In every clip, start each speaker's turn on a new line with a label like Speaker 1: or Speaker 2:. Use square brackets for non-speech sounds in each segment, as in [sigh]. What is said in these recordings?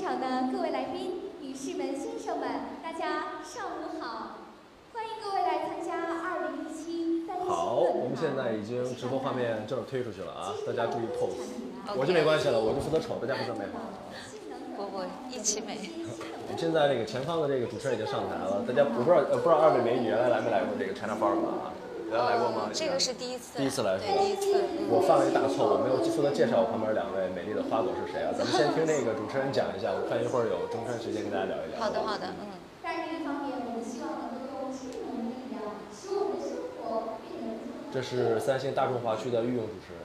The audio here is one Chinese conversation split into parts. Speaker 1: 场的各位来宾、女士们、先生们，大家上午好！欢迎各位来参加二零一七三星论坛。
Speaker 2: 好，我们现在已经直播画面正式推出去了啊，大家注意 pose。我是没关系了，我就负责丑，大家负责美。
Speaker 3: 不不，一起美。
Speaker 1: 嗯
Speaker 2: 现在这个前方的这个主持人已经上台了，大家我不知道呃不知道二位美女原来来没来过这个 China Farm 啊？原来来过吗？
Speaker 3: 呃哦这个是第一次，啊
Speaker 2: 第一次来是吧
Speaker 3: 对，第一次。嗯
Speaker 2: 我犯了一大错，我没有负责介绍我旁边两位美丽的花朵是谁啊？咱们先听那个主持人讲一下，我看一会儿有中餐时间跟大家聊一聊。
Speaker 3: 好的好的，嗯。
Speaker 1: 在这一方面，我们希望能够用智能的力量，使嗯我们的生活变得更好。
Speaker 2: 这是三星大中华区的御用主持人。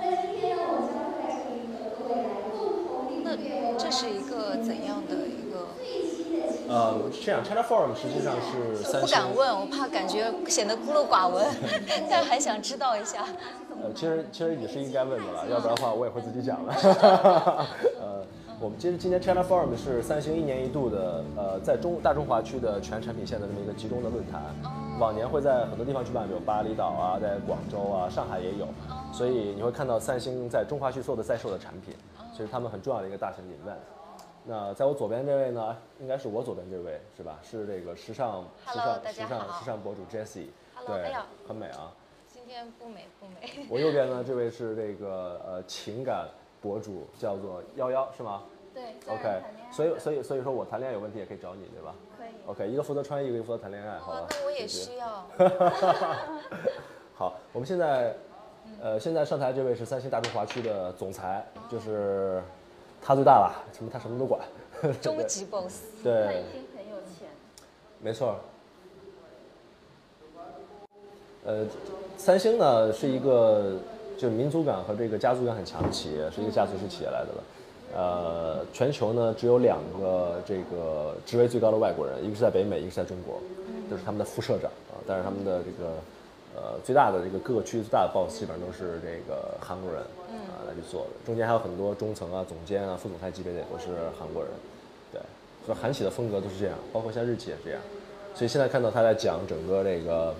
Speaker 1: 那今天呢，我将会在这里和各位来共同领
Speaker 3: 那
Speaker 1: 略我们
Speaker 3: 这是一个怎样的一个？
Speaker 1: 最新的技术。
Speaker 2: 呃，这样 China Farm 实际上是
Speaker 3: 我
Speaker 2: 三
Speaker 3: 不
Speaker 2: 星。
Speaker 3: 敢问，我怕感觉显得孤陋
Speaker 2: [laughs]
Speaker 3: 寡闻，但还想知道一下。
Speaker 2: 呃，其实其实也是应该问的了，要不然的话我也会自己讲的。[laughs]
Speaker 3: 嗯
Speaker 2: 呃，我们其实今年 China Forum 是三星一年一度的，呃，在中大中华区的全产品线的这么一个集中的论坛。
Speaker 3: 哦
Speaker 2: 往年会在很多地方举办，比如巴厘岛啊，在广州啊、上海也有，
Speaker 3: 哦
Speaker 2: 所以你会看到三星在中华区所有的在售的产品，
Speaker 3: 哦
Speaker 2: 这是他们很重要的一个大型的 event。那在我左边这位呢，应该是我左边这位是吧？是这个时尚时
Speaker 3: Hello，
Speaker 2: 尚
Speaker 3: 大
Speaker 2: 时
Speaker 3: 家
Speaker 2: 尚
Speaker 3: 好
Speaker 2: 时尚博主 Jessie，
Speaker 3: Hello，
Speaker 2: 对
Speaker 3: 哎呀，
Speaker 2: 很美啊。
Speaker 3: 今天不美不美，
Speaker 2: 我右边呢，这位是这个呃情感博主，叫做幺幺，是吗
Speaker 4: 对就是
Speaker 2: ？OK，
Speaker 4: 谈恋爱
Speaker 2: 所以所以所以说我谈恋爱有问题也可以找你，对吧
Speaker 4: 可以。
Speaker 2: ？OK，一个负责穿衣，一个负责谈恋爱，好
Speaker 3: 哇
Speaker 4: 哦
Speaker 2: 吧，？
Speaker 3: 那我也
Speaker 2: 谢谢 [laughs]
Speaker 3: 需要。
Speaker 2: 好，我们现在，呃，现在上台这位是三星大中华区的总裁，就是他最大了，什么他什么都管，
Speaker 3: 终极 boss，
Speaker 2: 对
Speaker 4: 他
Speaker 2: 对
Speaker 4: 已，经很有钱，
Speaker 2: 没错儿。呃，三星呢是一个就民族感和这个家族感很强的企业，是一个家族式企业来的了。呃，全球呢只有两个这个职位最高的外国人，一个是在北美，一个是在中国，这是他们的副社长啊。但是他们的这个呃最大的这个各个区最大的 boss 基本上都是这个韩国人啊来去做的，中间还有很多中层啊、总监啊、副总裁级别的也都是韩国人。对，就是韩企的风格都是这样，包括像日企也是这样。所以现在看到他在讲整个这个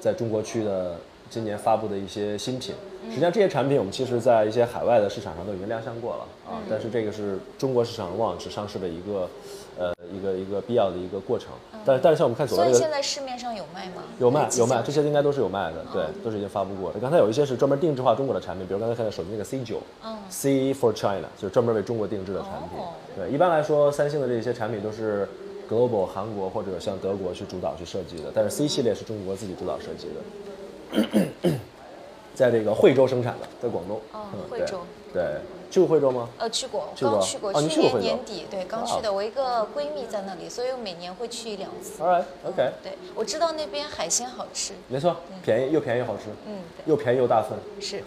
Speaker 2: 在中国区的今年发布的一些新品，
Speaker 3: 嗯
Speaker 2: 实际上这些产品我们其实在一些海外的市场上都已经亮相过了
Speaker 3: 嗯
Speaker 2: 啊，但是这个是中国市场 launch 上市的一个呃一个一个必要的一个过程。但是但是像我们看左
Speaker 3: 嗯所
Speaker 2: 边
Speaker 3: 以
Speaker 2: 这
Speaker 3: 现
Speaker 2: 个。
Speaker 3: 在市面上有卖吗？
Speaker 2: 有卖
Speaker 3: 即
Speaker 2: 有
Speaker 3: 将
Speaker 2: 卖，这些应该都是有卖的，
Speaker 3: 哦
Speaker 2: 对，都是已经发布过的。刚才有一些是专门定制化中国的产品，比如刚才看到手机那个 C 九、
Speaker 3: 嗯
Speaker 2: c for China 就是专门为中国定制的产品。
Speaker 3: 哦
Speaker 2: 对，一般来说，三星的这些产品都是 global 韩国或者像德国去主导去设计的，但是 C 系列是中国自己主导设计的，
Speaker 3: [coughs]
Speaker 2: 在这个惠州生产的，在广东。
Speaker 3: 哦
Speaker 2: 嗯
Speaker 3: 惠
Speaker 2: 对
Speaker 3: 州
Speaker 2: 对，去过惠州吗？
Speaker 3: 呃，去过，
Speaker 2: 去过
Speaker 3: 刚去过，
Speaker 2: 哦你去
Speaker 3: 去
Speaker 2: 过
Speaker 3: 年
Speaker 2: 惠州啊
Speaker 3: 年底，对，刚去的。我一个闺蜜在那里，所以我每年会去一两次。
Speaker 2: All right, OK，
Speaker 3: 对，我知道那边海鲜好吃。
Speaker 2: 没错，便宜又便宜又好吃，
Speaker 3: 嗯，对。
Speaker 2: 又便宜又大份。 [laughs]
Speaker 3: 是，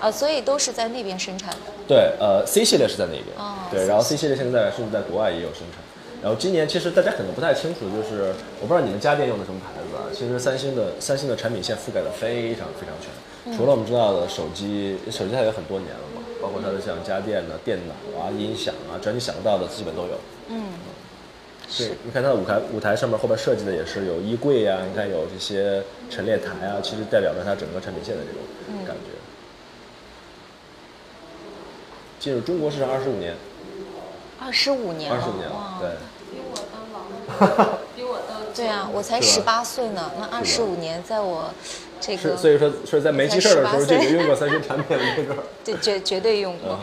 Speaker 3: 啊，所以都是在那边生产的。
Speaker 2: 对，呃，C 系列是在那边，
Speaker 3: 哦
Speaker 2: 对，
Speaker 3: ，C
Speaker 2: 然后 C 系列现在甚至在国外也有生产。然后今年其实大家可能不太清楚，就是我不知道你们家电用的什么牌子啊。其实三星的三星的产品线覆盖的非常非常全，除了我们知道的手机，手机它有很多年了嘛，包括它的像家电呢、电脑啊、音响啊，只要你想得到的基本都有。对，你看它的舞台舞台上面后边设计的也是有衣柜啊，你看有这些陈列台啊，其实代表着它整个产品线的这种感觉。进入中国市场二十五年，
Speaker 3: 二十五年
Speaker 2: 二
Speaker 3: 了，
Speaker 2: 十五年了
Speaker 3: 哇，
Speaker 2: 对，
Speaker 4: 比我都老，比我都
Speaker 3: 对啊，我才
Speaker 2: 是
Speaker 3: 十
Speaker 2: 吧
Speaker 3: 八岁呢，那二十五年，在我这
Speaker 2: 是
Speaker 3: 个
Speaker 2: 所以说所以在没记事儿的时候
Speaker 3: 才
Speaker 2: 就
Speaker 3: 18
Speaker 2: 已经用过三星产品了，没准儿。
Speaker 3: 对绝绝对用
Speaker 2: 嗯
Speaker 3: 过。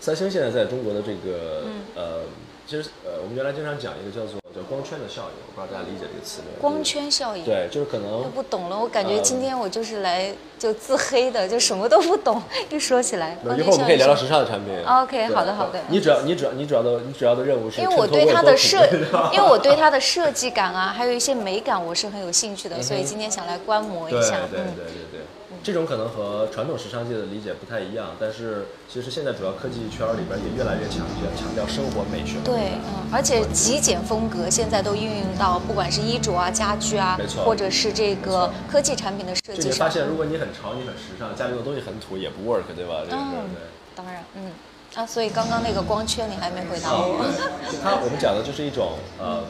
Speaker 2: 三星现在在中国的这个、
Speaker 3: 嗯
Speaker 2: 呃，其实呃，我们原来经常讲一个叫做叫光圈的效应，我不知道大家理解这个词没有？
Speaker 3: 光圈效应，
Speaker 2: 就是对，就是可能
Speaker 3: 又不懂了。我感觉
Speaker 2: 呃
Speaker 3: 今天我就是来就自黑的，就什么都不懂。一说起来，
Speaker 2: 没有
Speaker 3: 呃
Speaker 2: 一会
Speaker 3: 光圈
Speaker 2: 儿我们可以聊
Speaker 3: 效
Speaker 2: 聊
Speaker 3: 应
Speaker 2: 时尚的产品。
Speaker 3: OK，
Speaker 2: 对
Speaker 3: 好的好的
Speaker 2: 你只要你只要你主要的你主要的任务是
Speaker 3: 因
Speaker 2: 衬托
Speaker 3: 为我对
Speaker 2: 我
Speaker 3: 它
Speaker 2: 多
Speaker 3: 的
Speaker 2: 品
Speaker 3: 设，
Speaker 2: 味
Speaker 3: 因为我对它的设计感啊，还有一些美感，我是很有兴趣的，所以今天想来观摩
Speaker 2: 对
Speaker 3: 一
Speaker 2: 对
Speaker 3: 下。
Speaker 2: 嗯
Speaker 3: 嗯
Speaker 2: 对对对，这种可能和传统时尚界的理解不太一样，但是其实现在主要科技圈里边也越来越强调强调生活美学。
Speaker 3: 对，嗯，而且极简风格现在都运用到不管是衣着啊、家居啊
Speaker 2: 没错，
Speaker 3: 或者是这
Speaker 2: 没错
Speaker 3: 个科技产品的设
Speaker 2: 就
Speaker 3: 计
Speaker 2: 你
Speaker 3: 上
Speaker 2: 发。现，如果你很潮，你很时尚，家里的东西很土，也不 work，对吧？这个事儿
Speaker 3: 嗯
Speaker 2: 对。
Speaker 3: 当然，嗯，啊，所以刚刚那个光圈你还没回答
Speaker 2: [laughs] 哦
Speaker 3: 我。
Speaker 2: 对，它我们讲的就是一种呃，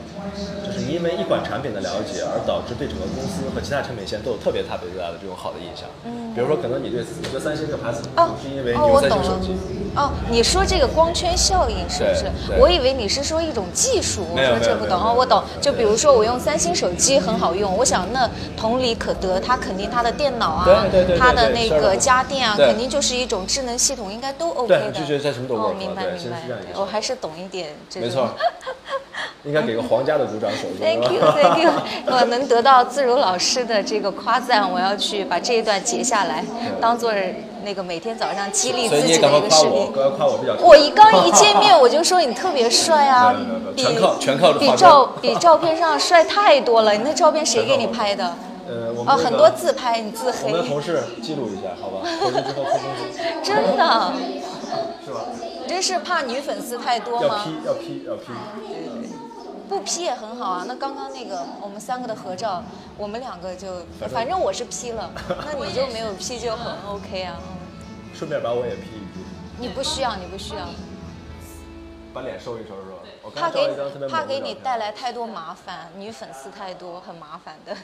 Speaker 2: 就是你因为一款产品的了解而导致对整个公司和其他产品线都有特别特别大的这种好的印象。嗯，比如说可能你对你对三星这个牌子
Speaker 3: 哦
Speaker 2: 是因为你
Speaker 3: 哦，
Speaker 2: 用
Speaker 3: 我
Speaker 2: 三
Speaker 3: 懂
Speaker 2: 星
Speaker 3: 了
Speaker 2: 手机。。
Speaker 3: 哦，你说这个光圈效应是不是
Speaker 2: 对？对
Speaker 3: 我以为你是说一种技术，我
Speaker 2: 没有
Speaker 3: 说这
Speaker 2: 没有
Speaker 3: 不
Speaker 2: 没有
Speaker 3: 懂
Speaker 2: 没
Speaker 3: 哦
Speaker 2: 有，
Speaker 3: 我懂。就比
Speaker 2: 对
Speaker 3: 如说我用三星手机很好用，我想那同理可得，它肯定它的电脑啊
Speaker 2: 对对对，对
Speaker 3: 它的
Speaker 2: 对
Speaker 3: 那
Speaker 2: 是的
Speaker 3: 个家电啊，
Speaker 2: 对
Speaker 3: 肯定就是一种智能系统，应该都 OK
Speaker 2: 对
Speaker 3: 的。
Speaker 2: 就觉得这什么都
Speaker 3: 哦
Speaker 2: work，，
Speaker 3: 明白
Speaker 2: 对其
Speaker 3: 明
Speaker 2: 实是
Speaker 3: 白
Speaker 2: 这样一个，
Speaker 3: 我还是懂一点这个。
Speaker 2: 没错，应该给个皇家的鼓掌手势。
Speaker 3: Thank
Speaker 2: 是 [laughs]
Speaker 3: you,
Speaker 2: 吧
Speaker 3: Thank you。我 [laughs] 能得到自如老师的这个夸赞，我要去把这一段截下来，当做那个每天早上激
Speaker 2: 嗯
Speaker 3: 励
Speaker 2: 所以
Speaker 3: 自
Speaker 2: 你也
Speaker 3: 己
Speaker 2: 赶
Speaker 3: 的
Speaker 2: 快
Speaker 3: 一
Speaker 2: 夸
Speaker 3: 个视
Speaker 2: 我，
Speaker 3: 频。
Speaker 2: 赶快夸我比较。
Speaker 3: 我一刚一见面 [laughs] 我就说你特别
Speaker 2: [laughs]
Speaker 3: 帅啊
Speaker 2: 没有没有没有，
Speaker 3: 比
Speaker 2: 全靠全靠这
Speaker 3: 比
Speaker 2: 化妆
Speaker 3: 照 [laughs] 比照片上帅太多了。你那照片谁给你拍的？
Speaker 2: [laughs] 呃，我们
Speaker 3: 哦，
Speaker 2: 那个
Speaker 3: 很多自拍，你自
Speaker 2: 我
Speaker 3: 黑
Speaker 2: 们，的同事记录一下，好吧？回去之后扣工资，
Speaker 3: 真的，
Speaker 2: 是吧？
Speaker 3: 你真是怕女粉丝太多
Speaker 2: 要
Speaker 3: 吗？
Speaker 2: P 要 P 要 P，
Speaker 3: 不 P 也很好啊。那刚刚那个我们三个的合照，我们两个就，
Speaker 2: 反正
Speaker 3: 反正我是
Speaker 2: [laughs]
Speaker 3: P 了，那你就没有 P 就很 OK 啊。嗯
Speaker 2: 顺便把我也 P 一 P，
Speaker 3: 你不需要，你不需要，
Speaker 2: 把脸收一收是吧？我刚
Speaker 3: 怕
Speaker 2: 刚
Speaker 3: 给
Speaker 2: 照了一张特别猛的
Speaker 3: 怕给你
Speaker 2: 照片
Speaker 3: 带来太多麻烦，女粉丝太多，很麻烦的。